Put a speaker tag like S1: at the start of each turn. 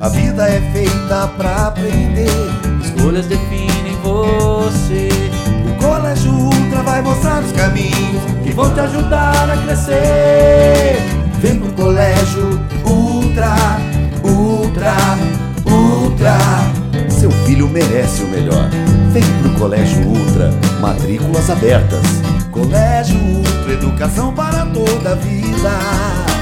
S1: A vida é feita pra aprender.
S2: Escolhas definem você.
S1: O Colégio Ultra vai mostrar os caminhos que vão te ajudar a crescer. Vem pro Colégio Ultra, Ultra, Ultra. Seu filho merece o melhor. Vem pro Colégio Ultra, matrículas abertas. Colégio Ultra, educação para toda a vida.